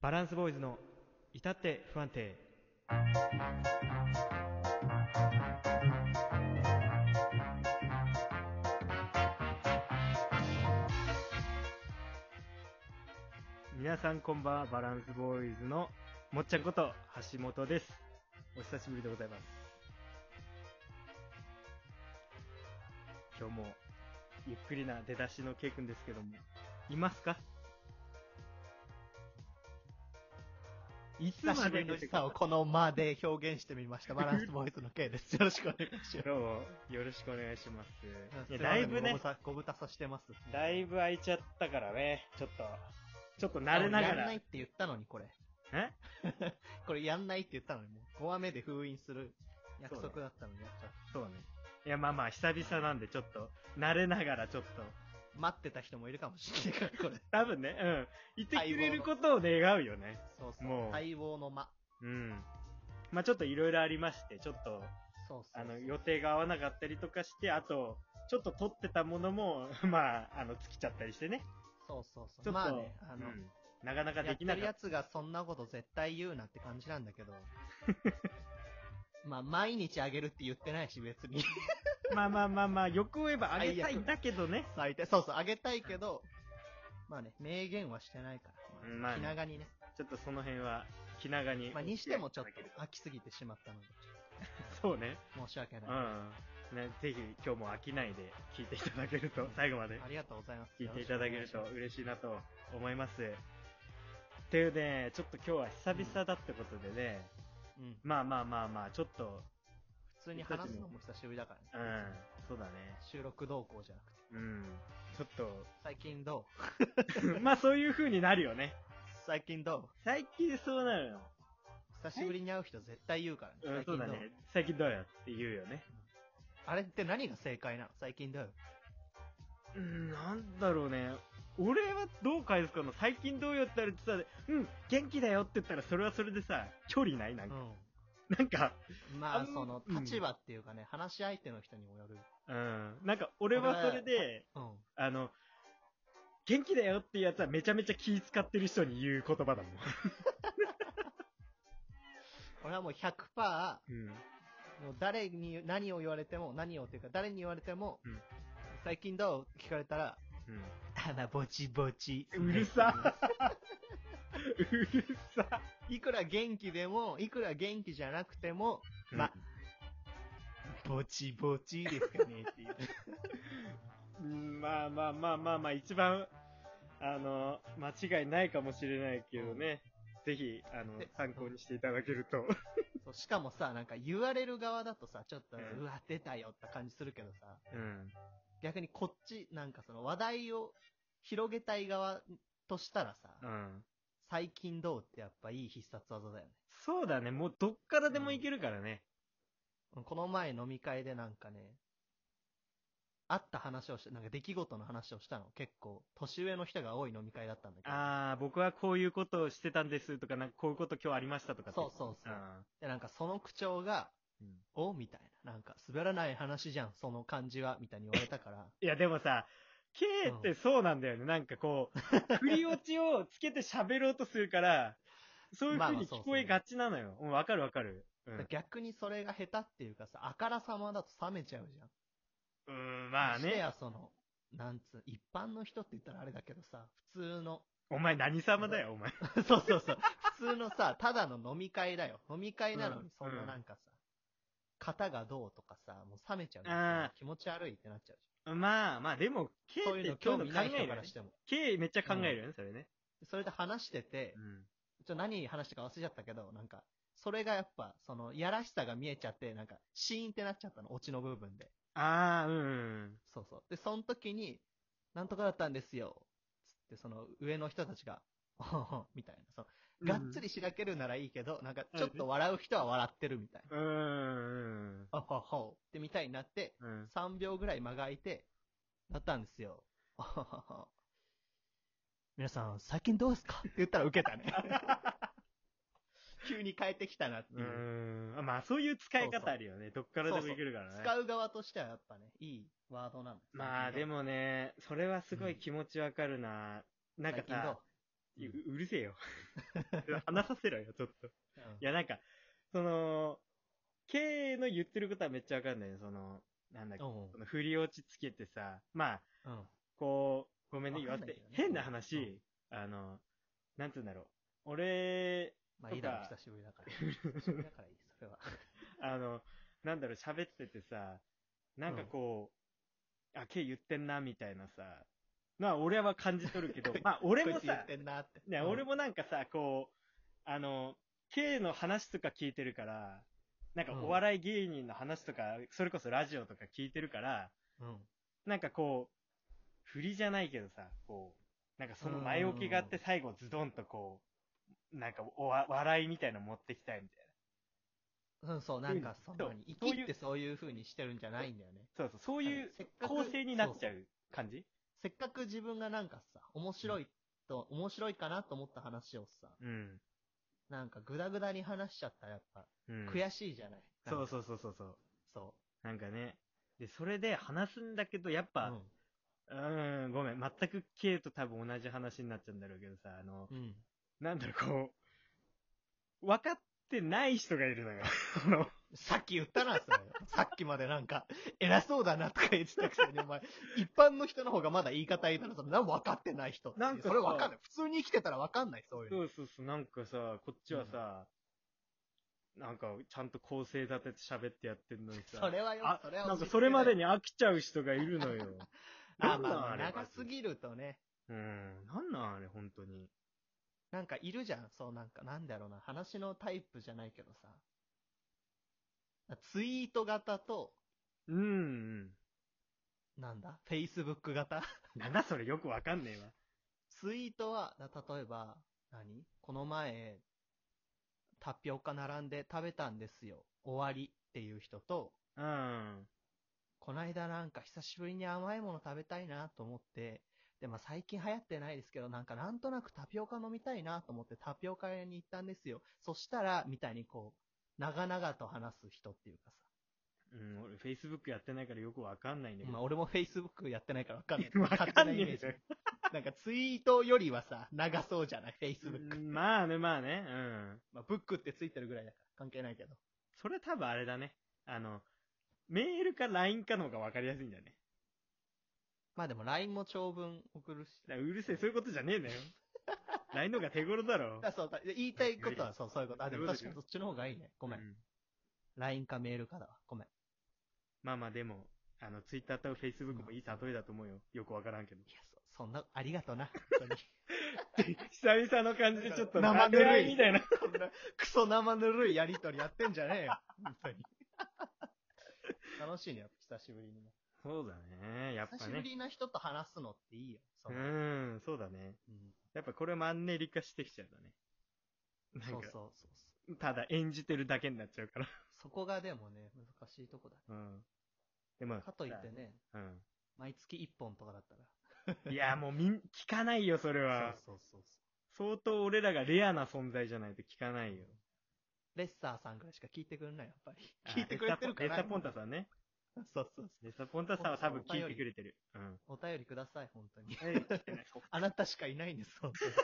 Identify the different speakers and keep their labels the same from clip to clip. Speaker 1: バランスボーイズの至って不安定。皆さんこんばんは、バランスボーイズのもっちゃんこと橋本です。お久しぶりでございます。今日もゆっくりな出だしのケイ君ですけども、いますかいつ
Speaker 2: 久し
Speaker 1: ま
Speaker 2: ぶ
Speaker 1: で
Speaker 2: り
Speaker 1: に
Speaker 2: のさをこの間で表現してみました。バランスボーイズの K です。よろしくお願いしま。
Speaker 1: どうよろしくお願いしますす。いやだいぶね
Speaker 2: ご無、沙ご無沙汰してます。
Speaker 1: だいぶ空いちゃったからね、ちょっと、ちょっと慣れなが
Speaker 2: やん
Speaker 1: ら
Speaker 2: ないっ。て言ったのに、これ。
Speaker 1: え
Speaker 2: これやんないって言ったのに、もう5話目で封印する約束だったのにやっちゃっ
Speaker 1: そうね。いや、まあまあ、久々なんで、ちょっと、慣れながらちょっと、
Speaker 2: た。待ってた人もいるかもしれないから、これ。
Speaker 1: 多分ね、うん。いてくれることを願うよね。
Speaker 2: そうそう。
Speaker 1: もう
Speaker 2: 対応の間。
Speaker 1: うん。まあちょっといろいろありまして、ちょっと、
Speaker 2: そうそう。
Speaker 1: あの、予定が合わなかったりとかして、あと、ちょっと撮ってたものも、 まあ、あの、尽きちゃったりしてね。
Speaker 2: そうそうそ
Speaker 1: ちょ
Speaker 2: う。
Speaker 1: っと、
Speaker 2: まあね、あの、
Speaker 1: うんなかなか
Speaker 2: や
Speaker 1: で
Speaker 2: って
Speaker 1: きな
Speaker 2: る
Speaker 1: か
Speaker 2: や
Speaker 1: っ
Speaker 2: つがそんなこと絶対言うなって感じなん だけど。まあ、毎日あげるって言ってないし、別に。
Speaker 1: た。まあまあまあまあ、欲を言えばあげたいんだけどね。
Speaker 2: 最低。そうそう、あげたいけど、まあね、明言はしてないから。
Speaker 1: うんまあね
Speaker 2: 気長にね。
Speaker 1: ちょっとその辺は、気長に。
Speaker 2: まあ、にしてもちょっと飽きすぎてしまったので、
Speaker 1: そうね。
Speaker 2: 申し訳ない。
Speaker 1: うん。ね、ぜひ今日も飽きないで聞いていただけると、最後まで
Speaker 2: ありがとうございます。
Speaker 1: 聞いていただけると嬉しいなと思います。っていうね、ちょっと今日は久々だってことでね、
Speaker 2: うん。
Speaker 1: まあまあまあまあ、ちょっと、
Speaker 2: 普通に話すのも久しぶりだからね。
Speaker 1: うん、そうだね。
Speaker 2: 収録動向じゃなくて。
Speaker 1: うん。ちょっ
Speaker 2: 最近どう
Speaker 1: と、 まあそういう風になるよね。
Speaker 2: 最近ど
Speaker 1: 最近そうなるの。
Speaker 2: う久しぶりに会う人絶対言うからね。
Speaker 1: うん、
Speaker 2: 最
Speaker 1: そ
Speaker 2: 近
Speaker 1: うだ
Speaker 2: どう
Speaker 1: ね。最近どうやって言うよね。
Speaker 2: あれって何が正解なの最近どう
Speaker 1: うん、なんだろうね。俺はどう返すかの最近どうよって言ったらうん、元気だよって言ったらそれはそれでさ、距離ないなんか。
Speaker 2: う
Speaker 1: なんか、
Speaker 2: ん。
Speaker 1: あ
Speaker 2: まあ、
Speaker 1: ん
Speaker 2: その、
Speaker 1: うん
Speaker 2: 立場っていうかね、話し相手の人にもよる。
Speaker 1: うん。なんか、俺はそれで、
Speaker 2: うん。
Speaker 1: あの、元気だよっていうやつはめちゃめちゃ気使ってる人に言う言葉だもん。
Speaker 2: 俺はもう100%、
Speaker 1: うん。
Speaker 2: もう誰に何を言われても、何をっていうか、誰に言われても、
Speaker 1: うん
Speaker 2: 最近どうって聞かれたら、あまあ、ぼちぼち。
Speaker 1: うるさ うるさ。
Speaker 2: いくら元気でも、いくら元気じゃなくても、まあぼちぼちですかねっ ていう。
Speaker 1: うん、まあまあまあまあまあ、一番、あの、間違いないかもしれないけどね。ぜひ、あの
Speaker 2: で、
Speaker 1: 参考にしていただけると。
Speaker 2: そうしかもさ、なんか言われる側だとさ、ちょっと、
Speaker 1: うん
Speaker 2: うわ、出たよって感じするけどさ、
Speaker 1: うん。
Speaker 2: 逆にこっち、なんかその話題を広げたい側としたらさ、
Speaker 1: うん。
Speaker 2: 最近どうってやっぱいい必殺技だよね。
Speaker 1: そうだね。もうどっからでもいけるからね。
Speaker 2: この前飲み会でなんかね、あった話をして、なんか出来事の話をしたの。結構、年上の人が多い飲み会だったんだけど。
Speaker 1: ああ、僕はこういうことをしてたんですとか、なんかこういうこと今日ありましたとかって
Speaker 2: そうそうそうで、なんかその口調が、
Speaker 1: うん
Speaker 2: おみたいな。なんか、滑らない話じゃん、その感じは、みたいに言われたから。
Speaker 1: いや、でもさ、K ってそうなんだよね。なんかこ う、振り落ちをつけて喋ろうとするから、そういう
Speaker 2: まあ
Speaker 1: 風
Speaker 2: まあ
Speaker 1: に
Speaker 2: そう
Speaker 1: 聞こえがちなのよ。うんわかるわかる。 うん
Speaker 2: 逆にそれが下手っていうかさ、あからさまだと冷めちゃうじゃん。
Speaker 1: うん、まあ
Speaker 2: にして
Speaker 1: ね。
Speaker 2: や、その、なんつう、一般の人って言ったらあれだけどさ、普通の、
Speaker 1: お前何様だよ、お前。
Speaker 2: そうそうそう。普通のさ、ただの飲み会だよ。飲み会なのに、そんななんかさ、型がどうとかさ、もう冷めちゃうじゃん
Speaker 1: あー
Speaker 2: 気持ち悪いってなっちゃう
Speaker 1: まあまあ、でも、K
Speaker 2: じゃん。そう
Speaker 1: っ
Speaker 2: いうの
Speaker 1: て
Speaker 2: 興
Speaker 1: 今日
Speaker 2: 味
Speaker 1: の
Speaker 2: な
Speaker 1: 考
Speaker 2: い
Speaker 1: え
Speaker 2: 人
Speaker 1: る
Speaker 2: か
Speaker 1: よ
Speaker 2: ら
Speaker 1: ね
Speaker 2: しても。
Speaker 1: K めっちゃ考えるよね、それね。
Speaker 2: それで話してて、ちょっと何話したか忘れちゃったけど、なんか、それがやっぱ、その、やらしさが見えちゃって、なんか、シーンってなっちゃったの、オチの部分で。
Speaker 1: ああ、うん。
Speaker 2: そうそう。で、その時に、なんとかだったんですよ。つって、その、上の人たちが、おほほみたいな。そのがっつ
Speaker 1: り。
Speaker 2: りしらけるならいいけど、なんか、ちょっと笑う人は笑ってるみたいな。
Speaker 1: うん、うん
Speaker 2: あははってみたいになって、
Speaker 1: うん。
Speaker 2: 3秒ぐらい間が空いて、だったんですよ。あははは皆さん、最近どうですかって言ったら受けたね。急に変えてきたなっていうう。
Speaker 1: ん。まあ、そういう使い方あるよね。どっからでもいけるからね。
Speaker 2: 使う側としてはやっぱね、いいワードなの。
Speaker 1: まあで
Speaker 2: も、
Speaker 1: もね、それはすごい気持ちわかるな。なんか
Speaker 2: 最近ど
Speaker 1: さ
Speaker 2: う、
Speaker 1: いやううるせえ よ。話させろよ、ちょっと。いや、なんか、その、K の言ってることはめっちゃわかんないね。その、なんだっけ、
Speaker 2: うんうん
Speaker 1: その振り落ちつけてさ、まあ、
Speaker 2: うん。
Speaker 1: こう、ごめんね、言わ
Speaker 2: わ
Speaker 1: せ
Speaker 2: かんない
Speaker 1: て
Speaker 2: けど。ね
Speaker 1: 変な
Speaker 2: うんう
Speaker 1: 話、あの、なんつうんだろう。俺、
Speaker 2: まあいいだろう、
Speaker 1: とか
Speaker 2: 久しぶりだから。久しぶりだからいい、そ れは。
Speaker 1: あの、なんだろう、喋っててさ、なんかこう、あ、K 言ってんな、みたいなさ、まあ俺は感じ取るけ ど、まあ俺も
Speaker 2: こいつ言
Speaker 1: さ
Speaker 2: っ、てんなって。
Speaker 1: ね、
Speaker 2: うん
Speaker 1: 俺、もなんかさ、こう、あの、K の話とか聞いてるから、なんか
Speaker 2: うん
Speaker 1: お笑い芸人の話とか、それこそラジオとか聞いてるから、
Speaker 2: うん。
Speaker 1: なんかこう、振りじゃないけどさ、こう、なんかその前置きがあって最後ズドンとこう、なんかおわ笑いみたいの持ってきたいみたい
Speaker 2: うん、そう、なんか、そんなに、
Speaker 1: そう
Speaker 2: 生
Speaker 1: いう
Speaker 2: きってそういう風にしてるんじゃないんだよね。
Speaker 1: な。そうそう、そうい
Speaker 2: は
Speaker 1: う
Speaker 2: いせっかく
Speaker 1: 構成になっちゃう感じ
Speaker 2: せっかく自分がなんかさ、面白いと、面白いかなと思った話をさ、
Speaker 1: うん。
Speaker 2: なんかグダグダに話しちゃったらやっぱ、
Speaker 1: うん。
Speaker 2: 悔しいじゃない。
Speaker 1: そ
Speaker 2: な
Speaker 1: うん
Speaker 2: か
Speaker 1: そうそうそうそう。
Speaker 2: そ
Speaker 1: なんかね。で、それで話すんだけど、やっ
Speaker 2: う。
Speaker 1: ぱ、うーん、ごめん。全く K と多分同じ話になっちゃうんだろうけどさ、あの、
Speaker 2: うん。うん。
Speaker 1: なんだろう、こう、分かってない人がいるのよ。あの
Speaker 2: さっき言ったな、 それ。さっきまでなんか、偉そうだなとか言ってたくせに、お前、一般の人の方がまだ言い方いいだろ、その、なん分かってない人って。
Speaker 1: なんかさ
Speaker 2: それ分かんない。普通に生きてたら分かんない、そういう
Speaker 1: そ
Speaker 2: の。
Speaker 1: うそうそう、なんかさ、こっちはさ、なんか、ちゃんと構成立てて喋ってやってんのにさ。
Speaker 2: それはよ
Speaker 1: あ、
Speaker 2: それは
Speaker 1: なんかそれまで
Speaker 2: に。
Speaker 1: に飽きちゃう人がいるのよ。
Speaker 2: あ、
Speaker 1: なん
Speaker 2: ま
Speaker 1: なん
Speaker 2: あ、
Speaker 1: あれ
Speaker 2: 長すぎるとね、
Speaker 1: うん、なんなんあれ、本当に。
Speaker 2: なんかいるじゃん。そう、なんか、なんだろうな。話のタイプじゃないけどさ。ツイート型と、
Speaker 1: うん、うん。
Speaker 2: なんだフェイスブック型
Speaker 1: なんだそれよくわかんねえわ。
Speaker 2: ツイートは、な例えば、何この前、タピオカ並んで食べたんですよ。終わりっていう人と、
Speaker 1: うん。
Speaker 2: こないだなんか久しぶりに甘いもの食べたいなと思って、で、まあ最近流行ってないですけど、なんかなんとなくタピオカ飲みたいなと思ってタピオカ屋に行ったんですよ。そしたら、みたいにこう、長々と話す人っていうかさ。
Speaker 1: うん、俺、Facebook やってないからよくわかんないんだけ
Speaker 2: まあ
Speaker 1: ど。。
Speaker 2: 俺も Facebook やってないからわかんない
Speaker 1: わかんねえよ
Speaker 2: 勝手なイメージなんかツイートよりはさ、長そうじゃない ?Facebook。
Speaker 1: うんまあね、まあね、うん。
Speaker 2: まあブックってついてるぐらいだから関係ないけど。
Speaker 1: それ多分あれだね。あの、メールか LINE かの方がわかりやすいんだよね。
Speaker 2: まあでも LINE も長文送るし。
Speaker 1: だからうるせえ、そういうことじゃねえんだよ。LINE の方が手頃だろ。
Speaker 2: あそうだ言いたいことはそう、そういうこと。あ、でも確かにそっちの方がいいね。ご
Speaker 1: ご
Speaker 2: めん。LINE かメールかだわ。ごめん。
Speaker 1: まあまあでも、あの、ツイッターとフェイスブックもいい例えだと思うよ。よくわからんけど。
Speaker 2: いや、そ、そんな、ありがとうな。本当に
Speaker 1: 久々の感じでちょっと
Speaker 2: 生ぬるい
Speaker 1: みたいな。
Speaker 2: そんな、クソ生ぬるいやりとりやってんじゃねえよ。本当に。楽しいね、やっぱ久しぶりにね。
Speaker 1: そうだね。やっ
Speaker 2: 久
Speaker 1: ぱ
Speaker 2: しぶ
Speaker 1: ね。
Speaker 2: りな人と話すのっていいよ。そうう。
Speaker 1: ん、そうだね。
Speaker 2: うん
Speaker 1: やっぱこれマンネリ化してきちゃうだね。な
Speaker 2: そ
Speaker 1: ん
Speaker 2: う
Speaker 1: か
Speaker 2: そう、そうそう。
Speaker 1: ただ演じてるだけになっちゃうから。
Speaker 2: そこがでもね、難しいとこだね。
Speaker 1: うん。でも、
Speaker 2: かといってね、
Speaker 1: う
Speaker 2: 毎月1本とかだった
Speaker 1: ん。いや、もうみん、聞かないよ、それ
Speaker 2: ら
Speaker 1: は。。
Speaker 2: そうそうそうそ
Speaker 1: 相当俺らがレアな存在じゃないと聞かな
Speaker 2: う。
Speaker 1: いよ。
Speaker 2: レッサーさんぐらいしか聞いてくれない、やっぱり。聞いてくれてるか
Speaker 1: レッ
Speaker 2: ら。
Speaker 1: サポンタさんね。
Speaker 2: そうそう
Speaker 1: レッサポンタさんは多分聞いてくれてる。うん。
Speaker 2: そう。お便りください、本当に。
Speaker 1: え聞いてない
Speaker 2: あなたしかいないんです、本当に。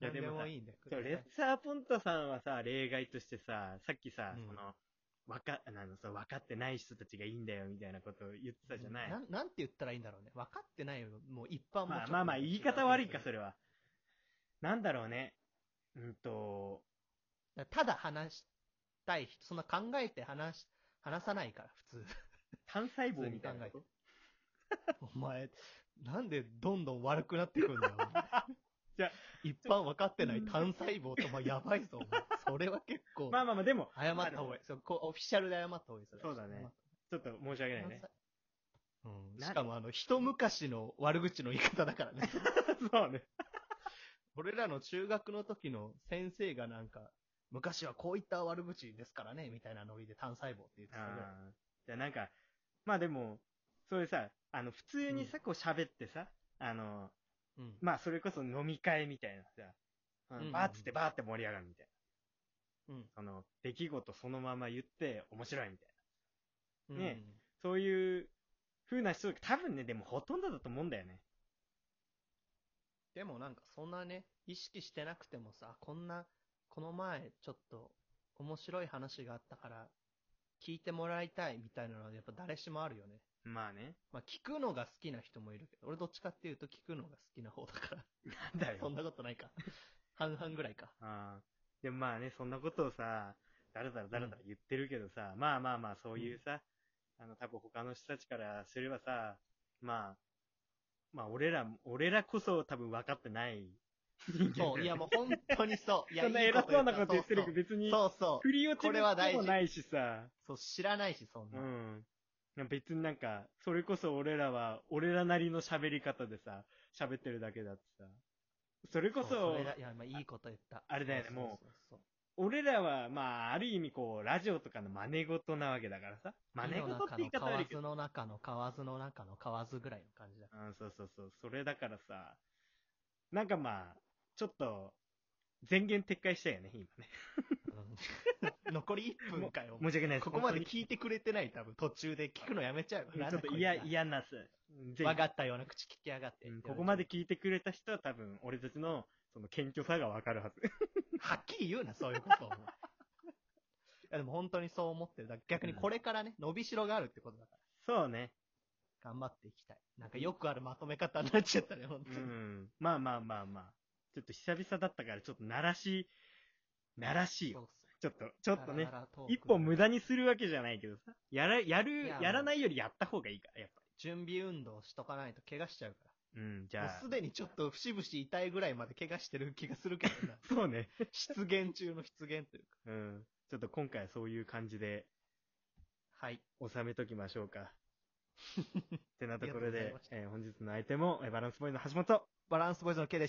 Speaker 1: いや
Speaker 2: 何
Speaker 1: で
Speaker 2: で
Speaker 1: もさ
Speaker 2: もいいんだよ。
Speaker 1: そうレッサーポンタさんはさ、例外としてさ、さっきさ、
Speaker 2: うん
Speaker 1: その、わか、あの、そう、分かってない人たちがいいんだよ、みたいなことを言ってたじゃない。
Speaker 2: んなんて言ったらいいんだろうね。分かってないよ。もう一般も
Speaker 1: まあ
Speaker 2: ちょっと
Speaker 1: まあまあ、言い方悪いか、そ
Speaker 2: れ。
Speaker 1: れは。なんだろうね。うんと、
Speaker 2: ただ話したい人、そんな考えて話し、話さないから、普 通。
Speaker 1: 単細胞みたいな
Speaker 2: 普通
Speaker 1: こ
Speaker 2: にお前、なんでどんどん悪くなってくるんだよ。
Speaker 1: じゃあ、
Speaker 2: 一般分かってない単細胞と、まあ、やばいぞ、お 前それは結
Speaker 1: と
Speaker 2: 構、
Speaker 1: まあまあまあ、でも、
Speaker 2: 謝った方がいい。そう、こう、オフィシャルで謝った方がいい、それ
Speaker 1: そうだねちょっと申し訳ないね。
Speaker 2: うん、
Speaker 1: な
Speaker 2: しかも、あの、一昔の悪口の言い方だからね。
Speaker 1: そうね。
Speaker 2: 俺らの中学の時の先生がなんか、昔はこういった悪口ですからね、みたいなノリで単細胞って言ってたぐらい。
Speaker 1: あーじゃあなんか、まあでも、それさ、あの、普通にさ、こう喋ってさ、あの、
Speaker 2: うん。
Speaker 1: まあそれこそ飲み会みたいなさ、あの
Speaker 2: うん
Speaker 1: バーッつってバーって盛り上がるみたいな。
Speaker 2: うん。
Speaker 1: その、出来事そのまま言って面白いみたいな。
Speaker 2: うん
Speaker 1: ねそういう風な人、多分ね、でもほとんどだと思うんだよね。
Speaker 2: でもなんかそんなね、意識してなくてもさ、こんな、この前ちょっと面白い話があったから、聞いてもらいたいみたいなのはやっぱ誰しもあるよね。
Speaker 1: まあね。
Speaker 2: まあ聞くのが好きな人もいるけど、俺どっちかっていうと聞くのが好きな方だ から。
Speaker 1: なんだよ。
Speaker 2: そんなことないか。半々ぐらいか。
Speaker 1: ああ。でもまあね、そんなことをさ、だらだらだらだら言ってるけどさ、まあまあまあ、そういうさ、あの、多分他の人たちからすればさ、まあ、まあ俺ら、俺らこそ多分分かって ない人間だよね
Speaker 2: そう、いやもう本当にそう。いや、
Speaker 1: そんない
Speaker 2: い
Speaker 1: 偉
Speaker 2: と
Speaker 1: そう
Speaker 2: うか
Speaker 1: なこと言ってるけど、別に、
Speaker 2: そうそう。
Speaker 1: 振り落ちることもないしさ、
Speaker 2: そう、知らないし、そん
Speaker 1: う
Speaker 2: な。
Speaker 1: ん。別になんか、それこそ俺らは、俺らなりの喋り方でさ、喋ってるだけだってさ、それこ
Speaker 2: う
Speaker 1: そ
Speaker 2: れ、だいや、まあいいこと言った。
Speaker 1: あれだよね
Speaker 2: そう
Speaker 1: も
Speaker 2: そうそう
Speaker 1: 俺らは、まあ、ある意味こう、ラジオとかの真似事なわけだからさ。真似事って言い方悪いけ
Speaker 2: 井
Speaker 1: ど。
Speaker 2: の中の蛙の中の蛙の中の蛙ぐらいの感じだ。
Speaker 1: うん、そうそうそう。それだからさ、なんかまあ、ちょっと、前言撤回したよね、今ね。
Speaker 2: うん残り1分かよ。
Speaker 1: 申し訳ないです。
Speaker 2: ここまで
Speaker 1: 本
Speaker 2: 聞いてくれてない、多分途中で聞くのやめちゃう
Speaker 1: 当
Speaker 2: よ。
Speaker 1: にちょっと嫌、嫌なす。ぜ
Speaker 2: 分かったような口聞きやがって。
Speaker 1: うんここまで聞いてくれた人は多分、俺たちの、その謙虚さがわかるはず。
Speaker 2: はっきり言うな、そういうことを。いやでも本当にそう思ってる。だから逆にこれからね、伸びしろがあるってことだか
Speaker 1: そうね。
Speaker 2: ら、頑張っていきたい。なんかよくあるまとめ方になっちゃったね、本
Speaker 1: う
Speaker 2: 当に。
Speaker 1: ん。まあまあまあまあ。ちょっと久々だったから、ちょっと鳴らし、鳴らしい
Speaker 2: そう
Speaker 1: よ。
Speaker 2: っす
Speaker 1: ちょっと、ちょっとね
Speaker 2: だ。らだらトーク
Speaker 1: 一本無駄にするわけじゃないけどさ。やら、やる、
Speaker 2: いや
Speaker 1: やらないよりやった方がいいから、やっぱ
Speaker 2: 準備運動しとかないと怪我しちゃうか
Speaker 1: り。うん、じ
Speaker 2: ら。も
Speaker 1: ゃ
Speaker 2: うすでにちょっと節々痛いぐらいまで怪我してる気がするけどな。
Speaker 1: あ。そうね。
Speaker 2: 失言中の失言というか。
Speaker 1: うん。ちょっと今回はそういう感じで
Speaker 2: はい。
Speaker 1: 収めときましょう か。ってなところ
Speaker 2: ありがとうござい
Speaker 1: で
Speaker 2: まし、た
Speaker 1: えー本日の相手も、えーバランスボーイの橋本。
Speaker 2: バランスボイスの K でした。